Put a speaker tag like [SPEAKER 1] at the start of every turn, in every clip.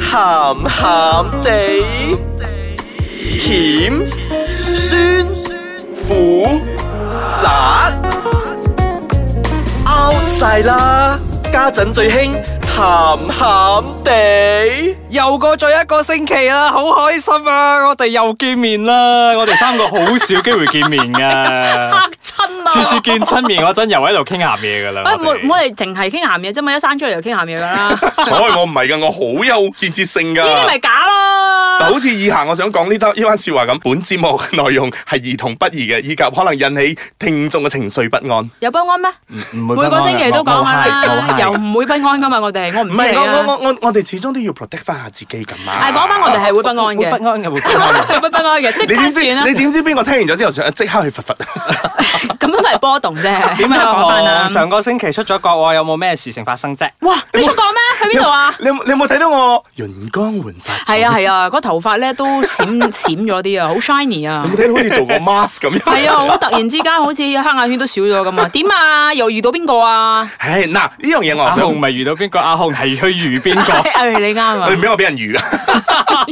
[SPEAKER 1] 鹹鹹地，甜酸苦辣 out 晒啦！家陣最興鹹鹹地。
[SPEAKER 2] 又過咗一個星期啦，好開心啊！我哋又見面啦，我哋三個好少機會見面 噶，
[SPEAKER 3] 嚇親啊！
[SPEAKER 2] 次次見親面嗰陣又喺度傾鹹嘢噶啦。
[SPEAKER 3] 喂，
[SPEAKER 2] 我
[SPEAKER 3] 我
[SPEAKER 2] 哋
[SPEAKER 3] 我哋淨係傾鹹嘢啫嘛，一生出嚟就傾鹹嘢噶啦，呢
[SPEAKER 4] 所以我唔係㗎，我好有建設性㗎。
[SPEAKER 3] 啲咪假
[SPEAKER 4] 就
[SPEAKER 3] 咯。
[SPEAKER 4] 好似以下我想講呢單呢番説話咁，本節目嘅內容係兒童不宜嘅，以及可能引起聽眾嘅情緒不安。
[SPEAKER 3] 有不安咩？
[SPEAKER 2] 唔會
[SPEAKER 3] 每個星期都講噶
[SPEAKER 2] 冇
[SPEAKER 3] 啦，
[SPEAKER 2] 係冇
[SPEAKER 3] 又
[SPEAKER 2] 係
[SPEAKER 3] 唔會不安噶嘛，我哋我唔
[SPEAKER 4] 唔
[SPEAKER 3] 知
[SPEAKER 4] 係
[SPEAKER 3] 你
[SPEAKER 4] 我我啊
[SPEAKER 3] 啦。
[SPEAKER 4] 我我我哋始終都要 protect 翻下自己咁嘛。
[SPEAKER 3] 係講翻我哋係會不安
[SPEAKER 2] 會
[SPEAKER 3] 嘅，
[SPEAKER 2] 不安嘅，會不安嘅。
[SPEAKER 3] 會不安嘅，即
[SPEAKER 4] 你
[SPEAKER 3] 刻
[SPEAKER 4] 點
[SPEAKER 3] 轉啦啊
[SPEAKER 4] 知？你點知邊個聽完咗之後想即刻去罰罰？啊
[SPEAKER 3] 咁樣都係波動啫。
[SPEAKER 2] 點
[SPEAKER 3] 都係
[SPEAKER 2] 啊？
[SPEAKER 3] 講翻
[SPEAKER 2] 我
[SPEAKER 3] 啦。
[SPEAKER 2] 上個星期出咗國外，有冇咩事情發生啫？
[SPEAKER 3] 哇！你出國咩？去邊度啊？
[SPEAKER 4] 你有冇你有冇睇到我潤光煥發？
[SPEAKER 3] 係啊係啊，嗰頭髮咧都閃閃咗啲啊，好 shiny 啊
[SPEAKER 4] 你！有冇睇到好似做個 mask 咁樣？
[SPEAKER 3] 係啊，好突然之間好似黑眼圈都少咗咁啊！點啊？又遇到邊個啊？
[SPEAKER 4] 唉，嗱呢樣嘢我
[SPEAKER 2] 阿
[SPEAKER 4] 又
[SPEAKER 2] 紅
[SPEAKER 4] 想，
[SPEAKER 2] 咪遇到邊個？阿紅係去遇邊個？
[SPEAKER 3] 誒，你啱啊
[SPEAKER 4] 你！唔俾我俾人 魚啊！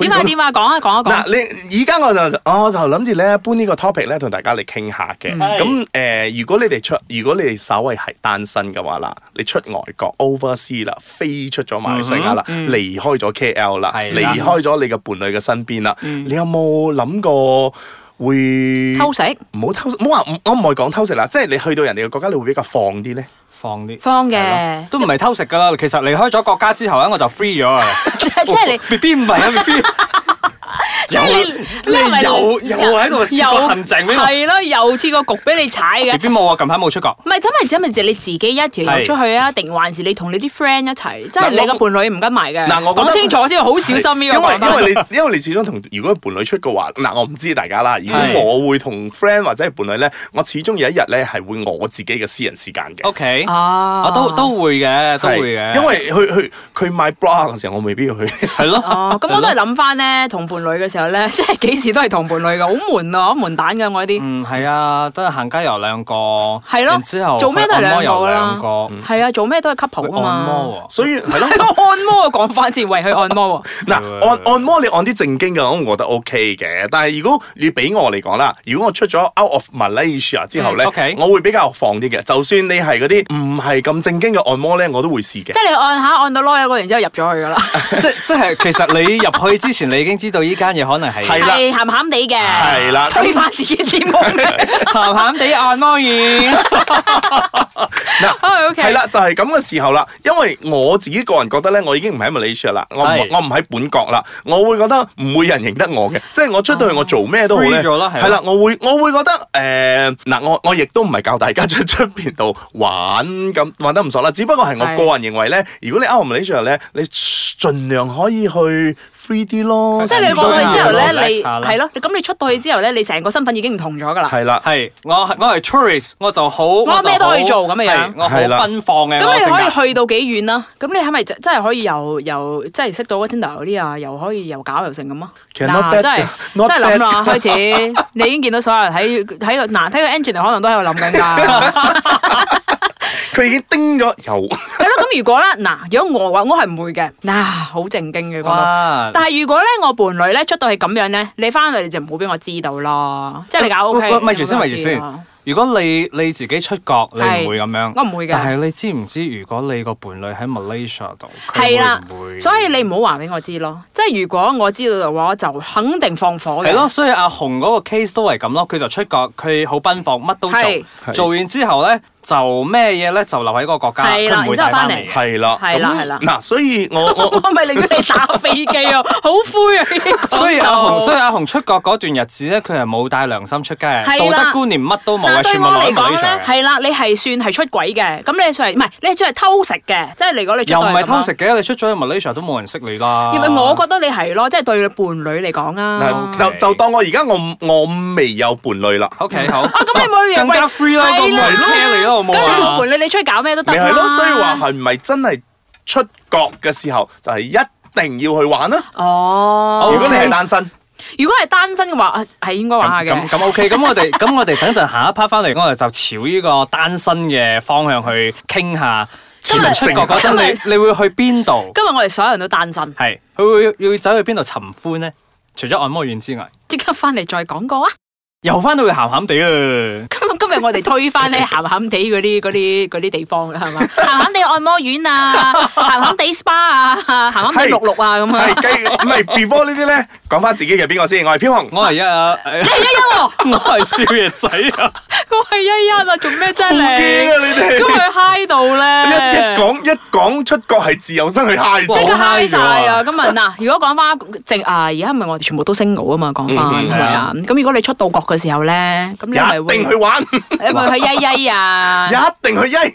[SPEAKER 3] 點啊點啊，講啊講啊講啊
[SPEAKER 4] 嗱，。你而家我就我就諗住咧搬呢個 topic 咧同大家嚟傾下嘅。
[SPEAKER 3] 嗯
[SPEAKER 2] 係
[SPEAKER 4] 咁誒、呃如果你哋出，如果你哋稍為係單身嘅話啦，你出外國 oversea 啦，飛出咗馬來西亞啦，
[SPEAKER 3] 嗯
[SPEAKER 4] 離開咗 KL 啦，
[SPEAKER 2] 係
[SPEAKER 4] 離
[SPEAKER 2] 啦
[SPEAKER 4] 開咗你嘅伴侶嘅身邊啦，你有冇諗過會
[SPEAKER 3] 嗯偷食
[SPEAKER 4] 唔好偷食，唔好話唔我唔係講偷食啦，即係你去到人哋嘅國家，你會比較放啲咧。
[SPEAKER 2] 放啲
[SPEAKER 3] 方嘅
[SPEAKER 2] 係 咯都唔係偷食噶啦。其實離開咗國家之後咧，我就 free 咗啊。
[SPEAKER 3] 即即係你
[SPEAKER 2] B B 唔係啊，B B
[SPEAKER 3] 即係你
[SPEAKER 2] 你
[SPEAKER 3] 係咪
[SPEAKER 2] 又
[SPEAKER 3] Dạ,
[SPEAKER 2] 又喺度試個陷阱俾我
[SPEAKER 3] 係咯，又似個局俾你踩
[SPEAKER 2] B
[SPEAKER 3] 嘅。
[SPEAKER 2] B 冇啊，近排冇出國。
[SPEAKER 3] 唔係真係真係你自己一條友
[SPEAKER 2] 係
[SPEAKER 3] 出去啊？定還是你同你啲 friend 一齊？即係
[SPEAKER 4] 嗱
[SPEAKER 3] 你個
[SPEAKER 4] 我
[SPEAKER 3] 伴侶唔跟埋嘅。
[SPEAKER 4] 嗱我覺得
[SPEAKER 3] 講清楚先，好小心呢個
[SPEAKER 4] 因為
[SPEAKER 3] 講法
[SPEAKER 4] 因為你因為你始終同如果伴侶出嘅話，嗱我唔知大家啦。如
[SPEAKER 2] 係
[SPEAKER 4] 果我會同 friend 或者係伴侶咧，我始終有一日咧係會我自己嘅私人時間嘅。
[SPEAKER 2] O K，
[SPEAKER 3] 啊
[SPEAKER 2] 我都都會嘅，都
[SPEAKER 4] 係
[SPEAKER 2] 會嘅，
[SPEAKER 4] 因為佢佢佢買 bra 嘅時候，我未必要去。
[SPEAKER 2] 係咯，
[SPEAKER 3] 哦，咁我都係諗翻咧，同伴侶嘅時候 咧，即係幾時都係同伴侶嘅，好悶啊，好悶蛋嘅我呢啲。
[SPEAKER 2] 嗯係啊，都係行街遊兩個，係
[SPEAKER 3] 係咯
[SPEAKER 2] 然之後
[SPEAKER 3] 做咩都係兩個啦
[SPEAKER 2] 去按摩遊兩個，嗯
[SPEAKER 3] 係啊，做咩都係 couple
[SPEAKER 2] 去
[SPEAKER 3] 啊
[SPEAKER 2] 按
[SPEAKER 3] 嘛。
[SPEAKER 2] 摩
[SPEAKER 4] 所以係
[SPEAKER 3] 係個
[SPEAKER 4] 咯，
[SPEAKER 3] 按摩啊，講翻前為去按摩喎。
[SPEAKER 4] 嗱按按摩你按啲正經嘅，我覺得 OK 嘅。但係如果你俾我嚟講啦，如果我出咗 out of Malaysia 之後咧
[SPEAKER 2] 嗯，OK，
[SPEAKER 4] 我會比較放啲嘅。就算你係嗰啲唔係咁正經嘅按摩咧，我都會試
[SPEAKER 3] 即。
[SPEAKER 4] 嘅
[SPEAKER 3] 係你按下按到攞咗個，然之後入咗去噶啦，
[SPEAKER 2] 喎，即即係其實你入去之前，你已經知道依間嘢可能係
[SPEAKER 4] 係啦
[SPEAKER 3] 係鹹鹹地嘅，
[SPEAKER 4] 係啦
[SPEAKER 3] 推翻自己 節目。
[SPEAKER 2] 鹹鹹地按摩院，
[SPEAKER 4] 嗱。
[SPEAKER 3] O K，
[SPEAKER 4] 係啦，就係咁嘅時候啦，因為我自己個人覺得咧，我已經唔喺 Malaysia 啦，我唔
[SPEAKER 2] 係
[SPEAKER 4] 我唔喺本國啦，我會覺得唔會人認得我嘅，即係我出到去我做咩都好
[SPEAKER 2] Free
[SPEAKER 4] 咧，
[SPEAKER 2] 咗啦係啦
[SPEAKER 4] 係啦，我會我會覺得誒嗱、我我亦都唔係教大家出出邊度玩咁玩得唔錯啦，只不過係我
[SPEAKER 3] 係
[SPEAKER 4] 個人認為咧，如果你 out of Malaysia 咧，你盡量可以去 free 啲咯，
[SPEAKER 3] 即係你
[SPEAKER 2] 試
[SPEAKER 3] 過
[SPEAKER 2] 過
[SPEAKER 3] 去之後
[SPEAKER 2] 啦
[SPEAKER 3] 咧，你
[SPEAKER 2] ，relax 下啦
[SPEAKER 3] 係咯，咁你出到去之後咧，你成個身份已經唔同咗噶啦。
[SPEAKER 4] 係啦，
[SPEAKER 2] 係我我係 tourist，我就好，我就
[SPEAKER 3] 咩都可以
[SPEAKER 2] 好
[SPEAKER 3] 做咁嘅樣
[SPEAKER 2] 係我好
[SPEAKER 4] 係啦
[SPEAKER 2] 奔放嘅，
[SPEAKER 3] 咁你
[SPEAKER 2] 我性格
[SPEAKER 3] 可以去到幾遠啦？咁你係咪真真係可以又又即係識到個 Tinder 嗰啲啊？又可以又搞又成咁啊？
[SPEAKER 4] 其實 not
[SPEAKER 3] 嗱，
[SPEAKER 4] bad
[SPEAKER 3] 真係真
[SPEAKER 4] not
[SPEAKER 3] 係諗
[SPEAKER 4] bad
[SPEAKER 3] 啦， 開始你已經見到所有人喺喺個嗱睇個 engine 可能都喺度諗 緊㗎。
[SPEAKER 4] 佢已經叮咗 有。
[SPEAKER 3] 係咯，咁如果啦，嗱，如果我話我係唔會嘅，嗱，好正經嘅講到。
[SPEAKER 2] 哇，
[SPEAKER 3] 但係如果咧我伴侶咧出到去咁樣咧，你翻嚟就唔好俾我知道咯，即係你搞 O
[SPEAKER 2] 喂
[SPEAKER 3] K。
[SPEAKER 2] 喂咪住先，咪住先。如果你你自己出國，你
[SPEAKER 3] 係
[SPEAKER 2] 唔會咁樣。
[SPEAKER 3] 我唔會嘅
[SPEAKER 2] 但係你知唔知，如果你個伴侶喺 Malaysia 度，佢
[SPEAKER 3] 係啦
[SPEAKER 2] 會唔會，
[SPEAKER 3] 所以你唔好話俾我知咯。即係如果我知道嘅話，我就肯定放火嘅。
[SPEAKER 2] 係咯，所以阿紅嗰個 case 都係咁咯，佢就出國，佢好奔放，乜都
[SPEAKER 3] 係
[SPEAKER 2] 做，做完之後咧就咩嘢咧就留喺嗰個國家，
[SPEAKER 3] 係啦
[SPEAKER 2] 佢唔會帶
[SPEAKER 3] 然之後
[SPEAKER 2] 翻
[SPEAKER 3] 返
[SPEAKER 2] 嚟嘅。
[SPEAKER 3] 嚟
[SPEAKER 4] 係啦，
[SPEAKER 3] 係啦
[SPEAKER 4] 咁
[SPEAKER 3] 係啦
[SPEAKER 4] 嗱，所以我我
[SPEAKER 3] 我咪寧願你打飛機啊， 好灰啊！呢個
[SPEAKER 2] 所以阿
[SPEAKER 3] 講
[SPEAKER 2] 紅，
[SPEAKER 3] 到
[SPEAKER 2] 所以阿紅出國嗰段日子咧，佢係冇帶良心出街，道
[SPEAKER 3] 係啦
[SPEAKER 2] 德觀念乜都冇啊，
[SPEAKER 3] 但對
[SPEAKER 2] 全
[SPEAKER 3] 我
[SPEAKER 2] 部攞
[SPEAKER 3] 嚟
[SPEAKER 2] 喺
[SPEAKER 3] 講
[SPEAKER 2] Malaysia 嘅。
[SPEAKER 3] 咧，係啦，你係算係出軌嘅，咁你算係唔係？你係算係偷食嘅，即係嚟講你出
[SPEAKER 2] 又
[SPEAKER 3] 到
[SPEAKER 2] 唔
[SPEAKER 3] 去
[SPEAKER 2] 係
[SPEAKER 3] 咁樣
[SPEAKER 2] 偷食。嘅，你出咗去 Malaysia 都冇人識你啦。
[SPEAKER 3] 因為我覺得你係咯，即係對你伴侶嚟講啊
[SPEAKER 4] 嗱，。就就當我而家我我未有伴侶啦。
[SPEAKER 2] OK 好，
[SPEAKER 3] 啊咁你冇
[SPEAKER 2] 更加 free 啦，咁
[SPEAKER 3] 係
[SPEAKER 2] 咪 care 你咯，好
[SPEAKER 3] 咁
[SPEAKER 2] 冇
[SPEAKER 3] 你
[SPEAKER 2] 啊
[SPEAKER 3] 冇？伴侶，你出去搞咩都得
[SPEAKER 4] 咪
[SPEAKER 3] 啦。
[SPEAKER 4] 係咯，所以話係唔係真係出國嘅時候就係一定要去玩啦？
[SPEAKER 3] 哦，
[SPEAKER 4] 如果你係 單身，
[SPEAKER 3] 如果係單身嘅話，啊係應該玩下
[SPEAKER 2] 咁
[SPEAKER 3] 嘅。
[SPEAKER 2] 咁 OK，咁我 哋咁我哋等陣下一 part 翻嚟，我哋就朝呢個單身嘅方向去傾下，潛
[SPEAKER 3] 今日
[SPEAKER 2] 出國嗰
[SPEAKER 3] 今
[SPEAKER 2] 陣
[SPEAKER 3] 日，
[SPEAKER 2] 你你會去邊度？
[SPEAKER 3] 今日我哋所有人都單身，
[SPEAKER 2] 係佢會要走去邊度尋歡咧？除咗按摩院之外，
[SPEAKER 3] 即刻翻嚟再講過啊！
[SPEAKER 2] 又翻到去鹹鹹地啊！
[SPEAKER 3] 今今日我哋推翻 咧鹹鹹地嗰啲嗰啲嗰啲地方啦，係嘛？鹹鹹地按摩院啊，鹹鹹地 SPA 啊，鹹鹹地六六啊咁啊
[SPEAKER 4] 係，雞唔係 before 呢啲咧，講翻自己嘅邊個先？我係飄 紅，
[SPEAKER 2] 我係一啊，
[SPEAKER 3] 一一喎，
[SPEAKER 2] 我係少爺仔啊！
[SPEAKER 3] 我係一一啊，做咩啫
[SPEAKER 4] 好驚
[SPEAKER 3] 你？
[SPEAKER 4] 啊！你哋
[SPEAKER 3] 咁佢嗨到
[SPEAKER 4] 一一
[SPEAKER 3] 咧，
[SPEAKER 4] 講一講出國係自由身去 high
[SPEAKER 3] 即
[SPEAKER 4] 咗
[SPEAKER 2] 哇，
[SPEAKER 3] 刻嗨晒啊！今日嗱，如果講翻正啊，而家咪我哋全部都 single 啊嘛，講翻
[SPEAKER 4] 嗯嗯
[SPEAKER 3] 係咪啊？咁如果你出到國嘅時候咧，咁你咪
[SPEAKER 4] 一
[SPEAKER 3] 會
[SPEAKER 4] 定去玩，
[SPEAKER 3] 你咪去曳曳啊？
[SPEAKER 4] 一定去曳。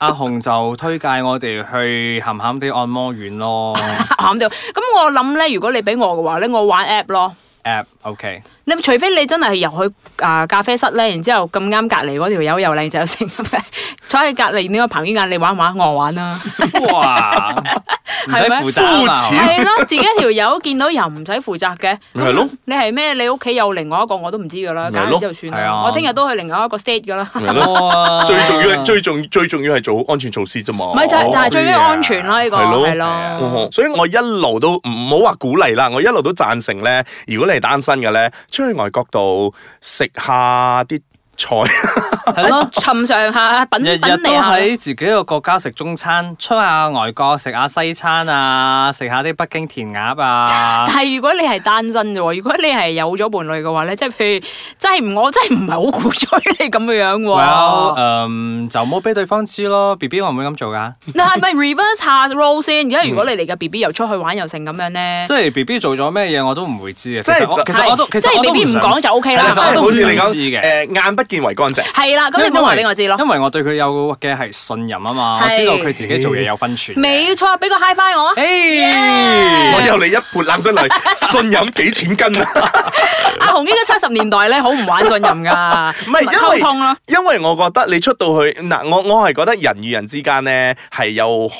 [SPEAKER 2] 阿紅就推介我哋去鹹鹹地按摩院咯
[SPEAKER 3] 喊到。咁我諗咧，如果你俾我嘅話咧，我玩 app 咯。
[SPEAKER 2] ，app OK，
[SPEAKER 3] 你除非你真係入去啊咖啡室咧，然之後咁啱隔離嗰條友又靚仔又成， 坐喺隔離呢個彭于晏，你玩唔玩？我玩啦，
[SPEAKER 2] 哇，唔使
[SPEAKER 3] 係咪
[SPEAKER 2] 負擔啊！
[SPEAKER 4] 膚淺
[SPEAKER 3] 係咯，自己一條友見到又唔使負責嘅。
[SPEAKER 4] 咪係咯，
[SPEAKER 3] 你係咩？你屋企有另外一個我都唔知㗎啦，
[SPEAKER 4] 咪係
[SPEAKER 3] 揀完
[SPEAKER 4] 咯
[SPEAKER 3] 之後算
[SPEAKER 2] 係
[SPEAKER 3] 啦。
[SPEAKER 2] 啊
[SPEAKER 3] 我聽日都去另外一個 state 㗎啦。
[SPEAKER 4] 咪咯。
[SPEAKER 2] 哇
[SPEAKER 4] 最重要係最重最重要係做好安全措施啫嘛。
[SPEAKER 3] 唔係就係但係最緊要
[SPEAKER 2] 好
[SPEAKER 3] 安全啦，呢個
[SPEAKER 4] 係咯
[SPEAKER 3] 係
[SPEAKER 2] 係
[SPEAKER 3] 咯
[SPEAKER 4] 哦。所以我一路都唔好話鼓勵啦，我一路都贊成咧。如果你係單身嘅咧，出去外國度食 下啲菜，
[SPEAKER 2] 係咯。
[SPEAKER 3] 尋常下品
[SPEAKER 2] 日
[SPEAKER 3] 品
[SPEAKER 2] 日都
[SPEAKER 3] 嚟下。
[SPEAKER 2] 喺自己個國家食中餐，出下外國食下西餐啊，食下啲北京填鴨啊
[SPEAKER 3] 但， 係如果你係單身啫喎，如果你係有咗伴侶嘅話咧，即係譬如，真係唔我真係唔係好鼓吹你咁嘅樣
[SPEAKER 2] well，
[SPEAKER 3] 喎。
[SPEAKER 2] 嗯，就唔好俾對方知咯。B B 我唔會咁做噶，
[SPEAKER 3] 你係咪 reverse 下 role 先？而家如果你嚟嘅 B B 又出去玩又成咁樣咧
[SPEAKER 2] 即，係 B B 做咗咩嘢我都唔會知嘅。
[SPEAKER 4] 即
[SPEAKER 2] 其
[SPEAKER 4] 係
[SPEAKER 2] 實我
[SPEAKER 4] 就
[SPEAKER 2] 其實我都其
[SPEAKER 3] 即
[SPEAKER 2] 實
[SPEAKER 3] 係
[SPEAKER 2] 我都
[SPEAKER 3] B B 唔講就 O
[SPEAKER 2] 係
[SPEAKER 3] K
[SPEAKER 4] 真
[SPEAKER 2] 其實
[SPEAKER 3] 啦
[SPEAKER 2] 我。
[SPEAKER 4] 係
[SPEAKER 2] 都唔
[SPEAKER 4] 好似你
[SPEAKER 2] 想
[SPEAKER 4] 講
[SPEAKER 2] 知嘅
[SPEAKER 4] 誒眼不見為乾 淨。
[SPEAKER 3] 係啦，咁你冇話俾我知咯
[SPEAKER 2] 因。為我對佢有嘅係信任啊嘛，
[SPEAKER 3] 係
[SPEAKER 2] 我知道佢自己做嘢有分寸。
[SPEAKER 3] 冇錯，俾個 high five 我啊！
[SPEAKER 2] 誒
[SPEAKER 4] 我由你一潑冷水嚟，信任幾千斤啊！
[SPEAKER 3] 阿紅應該七十年代咧，好唔玩信任㗎，
[SPEAKER 4] 唔係因為
[SPEAKER 3] 溝通咯。
[SPEAKER 4] 因為我覺得你出到去嗱，我我係覺得人與人之間咧係有好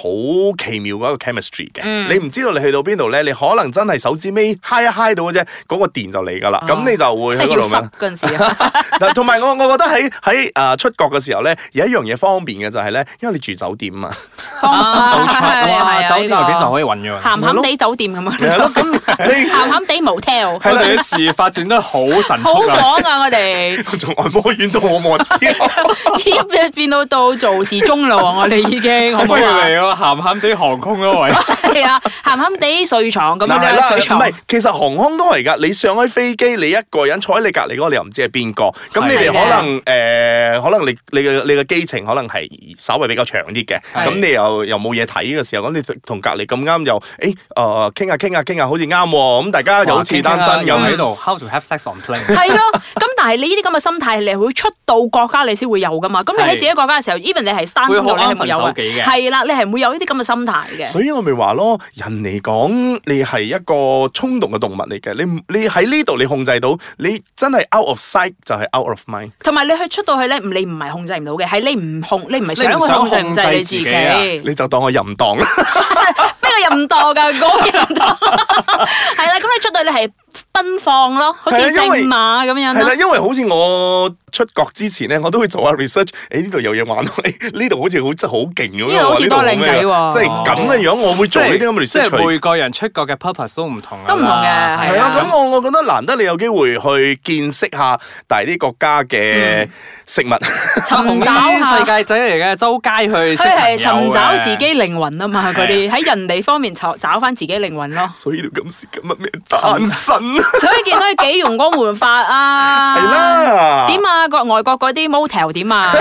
[SPEAKER 4] 奇妙嗰一個 chemistry 嘅。
[SPEAKER 3] 嗯
[SPEAKER 4] 你唔知道你去到邊度咧，你可能真係手指尾嗨一嗨到嘅啫，嗰、個電就嚟㗎啦。咁、你就會
[SPEAKER 3] 即係
[SPEAKER 4] 喺嗰
[SPEAKER 3] 要
[SPEAKER 4] 度
[SPEAKER 3] 濕
[SPEAKER 4] 咩？
[SPEAKER 3] 嗰陣時啊，
[SPEAKER 4] 嗱同埋我我覺得喺喺誒出國嘅時候咧，有一樣嘢方便嘅就係咧，因為你住酒店 啊。
[SPEAKER 2] 冇 錯，哇！酒店入邊就
[SPEAKER 3] 可
[SPEAKER 2] 可以運用。
[SPEAKER 3] 鹹鹹地酒店咁
[SPEAKER 4] 咪係
[SPEAKER 3] 樣，
[SPEAKER 4] 咯，咁你
[SPEAKER 3] 鹹鹹地 motel。
[SPEAKER 2] 我哋嘅事業發展得好神
[SPEAKER 3] 好
[SPEAKER 2] 速啊！
[SPEAKER 3] 講啊！我哋
[SPEAKER 4] 從按摩院到按摩店，
[SPEAKER 3] 已經變到到做時鐘啦喎！我哋 已經好唔
[SPEAKER 2] 不
[SPEAKER 3] 好
[SPEAKER 2] 如
[SPEAKER 3] 啊？
[SPEAKER 2] 嚟個鹹鹹地航空咯， 喂！
[SPEAKER 3] 係啊，鹹鹹地睡床 咁
[SPEAKER 4] 嗱係
[SPEAKER 3] 樣
[SPEAKER 4] 啦，
[SPEAKER 3] 睡
[SPEAKER 4] 唔
[SPEAKER 3] 床，
[SPEAKER 4] 係，其實航空都係㗎。你上開飛機，你一個人坐喺你隔離嗰個，你又唔知係邊個。咁你
[SPEAKER 3] 係
[SPEAKER 4] 哋
[SPEAKER 3] 嘅
[SPEAKER 4] 可能誒、呃可能你你嘅你嘅機程可能係稍微比較長啲嘅。
[SPEAKER 3] 係
[SPEAKER 4] 咁你又又冇嘢睇嘅時候，咁你同隔離咁啱又誒誒傾下傾下傾下，好似啱喎。咁大家又好似單身
[SPEAKER 2] 啊又喺
[SPEAKER 4] 咁。
[SPEAKER 2] 度 How to have sex on plane？
[SPEAKER 3] 係咯。咁但係你呢啲咁嘅心態，你會出到國家你先會有噶嘛？咁你喺
[SPEAKER 2] 係
[SPEAKER 3] 自己國家嘅時候，even 你係單
[SPEAKER 2] 會
[SPEAKER 3] 身度，
[SPEAKER 2] 好
[SPEAKER 3] 你係
[SPEAKER 2] 啱
[SPEAKER 3] 冇
[SPEAKER 2] 分
[SPEAKER 3] 有
[SPEAKER 2] 手
[SPEAKER 3] 啊
[SPEAKER 2] 幾嘅
[SPEAKER 3] 係啦，你係唔會有呢啲咁嘅心態嘅。
[SPEAKER 4] 所以我咪話咯，人嚟講，你係一個衝動嘅動物嚟嘅。你唔你喺呢度你控制到，你真係 out of sight 就係 out of mind。
[SPEAKER 3] 同埋你去出到去咧，唔你唔係控制唔到嘅，係你唔控，你唔係想
[SPEAKER 2] 你唔
[SPEAKER 3] 去
[SPEAKER 2] 想
[SPEAKER 3] 控制唔
[SPEAKER 2] 控
[SPEAKER 3] 制
[SPEAKER 2] 制
[SPEAKER 3] 你
[SPEAKER 2] 自
[SPEAKER 3] 自
[SPEAKER 2] 己
[SPEAKER 3] 己。
[SPEAKER 2] 啊
[SPEAKER 4] 你就當我淫 蕩啦。
[SPEAKER 3] 邊個淫蕩㗎？我淫蕩。係啦，咁你出到去你係奔放咯，好似
[SPEAKER 4] 係啊
[SPEAKER 3] 正
[SPEAKER 4] 因為
[SPEAKER 3] 馬咁樣
[SPEAKER 4] 係
[SPEAKER 3] 咯。
[SPEAKER 4] 啦，因為好似我出國之前咧，我都會做下 research。誒呢度有嘢玩喎， 誒呢度好似好真係好勁咁
[SPEAKER 3] 呢度
[SPEAKER 4] 樣
[SPEAKER 3] 好
[SPEAKER 4] 喎，
[SPEAKER 3] 似
[SPEAKER 4] 呢度
[SPEAKER 3] 多
[SPEAKER 4] 咩
[SPEAKER 3] 靚仔喎
[SPEAKER 4] 即係咁嘅樣，我會
[SPEAKER 2] 即
[SPEAKER 4] 做呢啲咁嘅
[SPEAKER 2] 係即
[SPEAKER 4] research
[SPEAKER 2] 係
[SPEAKER 4] 去。
[SPEAKER 2] 每個人出國嘅 purpose 都唔同㗎啦
[SPEAKER 3] 都唔同嘅
[SPEAKER 4] 係
[SPEAKER 3] 係
[SPEAKER 4] 啦，
[SPEAKER 3] 啊
[SPEAKER 4] 咁我我覺得難得你有機會去見識下大啲國家
[SPEAKER 3] 嗯
[SPEAKER 4] 嘅食物，。
[SPEAKER 2] 同
[SPEAKER 3] 尋找
[SPEAKER 2] 啲
[SPEAKER 3] 下
[SPEAKER 2] 世。界仔嚟嘅，周街去識
[SPEAKER 3] 佢係
[SPEAKER 2] 朋友
[SPEAKER 3] 尋
[SPEAKER 2] 嘅
[SPEAKER 3] 找自己靈魂啊嘛，嗰啲喺人哋方面尋找翻自己靈魂 咯
[SPEAKER 4] 所以到今時今日咩
[SPEAKER 3] 哦
[SPEAKER 4] 單身啊
[SPEAKER 3] 所以見到佢幾容光煥發啊！
[SPEAKER 4] 係。啦。
[SPEAKER 3] 點啊？國外國嗰啲 motel 點啊？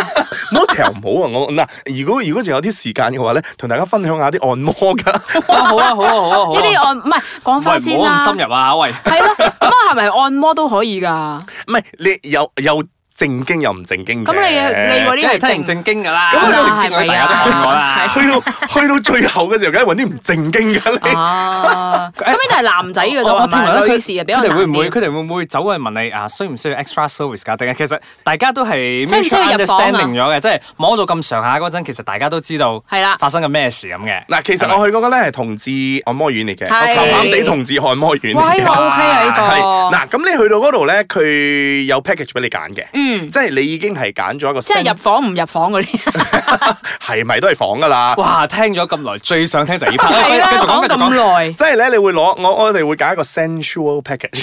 [SPEAKER 4] 唔好調唔好啊！我嗱，如果如果仲有啲時間嘅話咧，同大家分享下啲按 摩㗎。
[SPEAKER 2] 哇好啊好啊好啊好啊！
[SPEAKER 3] 呢啲按唔係講翻
[SPEAKER 2] 喂
[SPEAKER 3] 先
[SPEAKER 2] 唔好
[SPEAKER 3] 啦。
[SPEAKER 2] 咁深入啊喂！
[SPEAKER 3] 係咯，咁啊係咪按摩都可以㗎？
[SPEAKER 4] 唔係你有有正經有唔正經嘅
[SPEAKER 3] 咁
[SPEAKER 4] 啊
[SPEAKER 3] 你你嗰
[SPEAKER 2] 因
[SPEAKER 3] 啲
[SPEAKER 2] 為
[SPEAKER 3] 係
[SPEAKER 2] 聽唔
[SPEAKER 3] 正啊
[SPEAKER 2] 正經㗎啦，
[SPEAKER 4] 咁
[SPEAKER 2] 正
[SPEAKER 4] 就
[SPEAKER 3] 係
[SPEAKER 2] 經嗰啲大家都看過
[SPEAKER 3] 啊
[SPEAKER 2] 啦。
[SPEAKER 4] 去到去到最後嘅時候，梗係揾啲唔正經嘅
[SPEAKER 3] 哦
[SPEAKER 4] 你。
[SPEAKER 3] 啊？咁呢度係男仔嘅
[SPEAKER 2] 我
[SPEAKER 3] 啫，
[SPEAKER 2] 我
[SPEAKER 3] 唔
[SPEAKER 2] 哦聽聞
[SPEAKER 3] 係
[SPEAKER 2] 咧
[SPEAKER 3] 女
[SPEAKER 2] 佢
[SPEAKER 3] 士啊，比較
[SPEAKER 2] 佢哋
[SPEAKER 3] 難
[SPEAKER 2] 會唔會
[SPEAKER 3] 啲。
[SPEAKER 2] 佢哋會唔會走去問你啊？需唔需要 extra service 㗎？定係其實大家都係
[SPEAKER 3] 需唔需要入
[SPEAKER 2] mutual
[SPEAKER 3] 房啊
[SPEAKER 2] understanding 咗嘅，即係摸到咁上下嗰陣，其實大家都知道
[SPEAKER 3] 係啦
[SPEAKER 2] 發生緊咩事咁嘅。
[SPEAKER 4] 嗱，其實我去嗰個咧係同志按摩院嚟嘅，
[SPEAKER 3] 係
[SPEAKER 4] 咸咸地同志按摩院嚟
[SPEAKER 3] 哇，哎
[SPEAKER 4] 嘅
[SPEAKER 3] 呢個。OK 啊呢
[SPEAKER 4] 係
[SPEAKER 3] 個。
[SPEAKER 4] 嗱，咁你去到嗰度咧，佢有 package 俾你揀嘅，
[SPEAKER 3] 嗯，
[SPEAKER 4] 即係你已經係揀咗一個
[SPEAKER 3] 即
[SPEAKER 4] 新，
[SPEAKER 3] 係入房唔入房嗰啲，
[SPEAKER 4] 係咪都係房㗎啦？
[SPEAKER 2] 哇，聽咗咁耐，最想聽就係呢 part。
[SPEAKER 3] 係啦，
[SPEAKER 2] 繼續
[SPEAKER 3] 講
[SPEAKER 2] 繼續
[SPEAKER 3] 咁耐，
[SPEAKER 4] 即係咧，你會攞我我哋會揀一個 sensual package。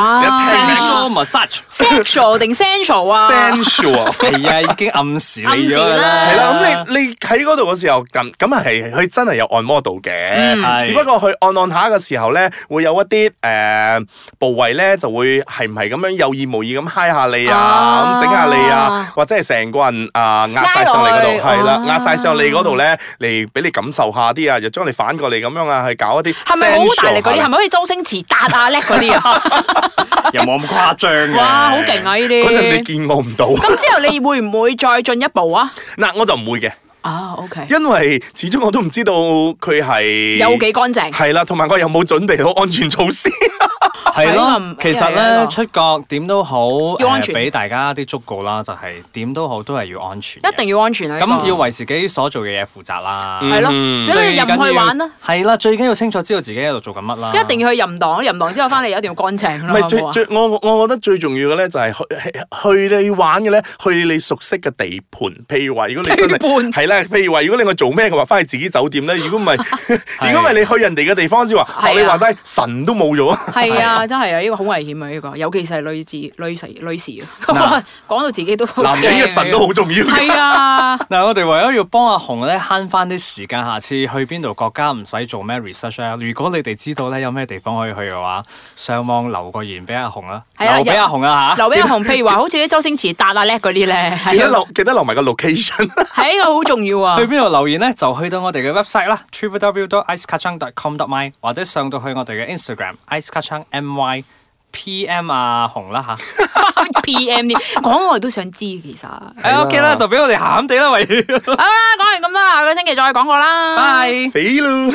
[SPEAKER 3] 哇
[SPEAKER 2] ，sensual massage。
[SPEAKER 3] ，sexual 定 sensual 啊？
[SPEAKER 4] sensual
[SPEAKER 2] 係啊，已經暗示你咗㗎啦。
[SPEAKER 3] 暗
[SPEAKER 4] 係
[SPEAKER 3] 示
[SPEAKER 4] 啦，咁你你喺嗰度嘅時候，咁咁係佢真係有按摩到
[SPEAKER 3] 嗯
[SPEAKER 4] 嘅，
[SPEAKER 2] 係
[SPEAKER 4] 只不過佢按按下嘅時候咧，會有一啲誒、呃部位咧就會係唔係咁樣有意無意咁嗨下你啊，
[SPEAKER 3] 啊
[SPEAKER 4] 咁整下你啊，或者係成個人啊壓晒上你
[SPEAKER 3] 拉
[SPEAKER 4] 嗰度，
[SPEAKER 3] 落去
[SPEAKER 4] 係啦
[SPEAKER 3] 啊，
[SPEAKER 4] 壓晒上你嗰度咧，嚟俾你感受下啲啊，又將你反過嚟咁樣啊，去搞一啲
[SPEAKER 3] 係咪好大力嗰啲？係咪
[SPEAKER 4] 咪？
[SPEAKER 3] 好似周星馳搭啊叻嗰啲 啊？
[SPEAKER 2] 又冇咁誇張嘅。
[SPEAKER 3] 哇，好勁！啊！呢
[SPEAKER 4] 嗰陣你
[SPEAKER 3] 啲。
[SPEAKER 4] 見我唔到，
[SPEAKER 3] 咁之後你會唔會再進一步啊？
[SPEAKER 4] 嗱我就唔會嘅，
[SPEAKER 3] 啊，OK，
[SPEAKER 4] 因為始終我都唔知道佢係
[SPEAKER 3] 有幾乾淨？
[SPEAKER 4] 係啦，同埋我有冇準備好安全措 施？
[SPEAKER 2] 係
[SPEAKER 3] 係
[SPEAKER 2] 咯
[SPEAKER 3] 啊，
[SPEAKER 2] 其實
[SPEAKER 3] 係啊
[SPEAKER 2] 咧出國點都好，
[SPEAKER 3] 要
[SPEAKER 2] 誒
[SPEAKER 3] 安全
[SPEAKER 2] 俾大家啲忠告啦，就係點都好都係要安全嘅。
[SPEAKER 3] 一定要安全啊！呢個
[SPEAKER 2] 咁要為自己所做嘅嘢負責啦。
[SPEAKER 3] 係咯，
[SPEAKER 4] 嗯
[SPEAKER 3] 咁你入唔去玩啦。
[SPEAKER 2] 係啦，最緊要清楚知道自己喺度做緊乜啦。
[SPEAKER 3] 一定要去淫蕩，淫蕩之後翻嚟一定要乾淨
[SPEAKER 4] 唔
[SPEAKER 3] 啦。好唔
[SPEAKER 4] 係
[SPEAKER 3] 好啊
[SPEAKER 4] 最最我我我覺得最重要嘅咧就係去去去你玩嘅咧，去你熟悉嘅地盤。譬如話，如果你真
[SPEAKER 3] 地盤
[SPEAKER 4] 係係啦，譬如話，如果你我做咩嘅話，翻去自己酒店咧。如果 唔係，如果唔係你去人哋嘅地方之話，
[SPEAKER 3] 係啊
[SPEAKER 4] 學你話齋神都冇咗。
[SPEAKER 3] 係啊，真係啊，呢個好危險啊！呢個尤其是係女子、女士、女士啊，
[SPEAKER 2] 嗱
[SPEAKER 3] 講到自己都好
[SPEAKER 4] 男人嘅神都好重要
[SPEAKER 3] 驚啊。
[SPEAKER 4] 嘅。
[SPEAKER 3] 係啊，
[SPEAKER 2] 嗱，我哋為咗要幫阿紅咧慳翻啲時間，下次去邊度國家唔使做咩 research 啊。如果你哋知道咧有咩地方可以去嘅話，上網留個言俾阿紅啦，
[SPEAKER 3] 係啊
[SPEAKER 2] 留俾阿紅啊嚇。
[SPEAKER 3] 留俾阿紅，譬如話好似啲周星馳搭啊叻嗰啲咧，
[SPEAKER 4] 記得
[SPEAKER 3] 係啊
[SPEAKER 4] 留記得留埋個 location。
[SPEAKER 3] 係一個好重要啊
[SPEAKER 2] 去。邊度留言咧？就去到我哋嘅 website 啦 t r i p l w w i c e k a c h a n g c o m m y 或者上到去我哋嘅 Instagram i c e k a c h a n g m y PM 啊紅啦吓。
[SPEAKER 3] P.M. 啲講我哋都想知其實。好
[SPEAKER 2] 係 OK 啦，就俾我哋鹹鹹地啦，喂，
[SPEAKER 3] 啦，講完咁多啦，下個星期再講過啦。
[SPEAKER 2] 拜。
[SPEAKER 4] 肥咯。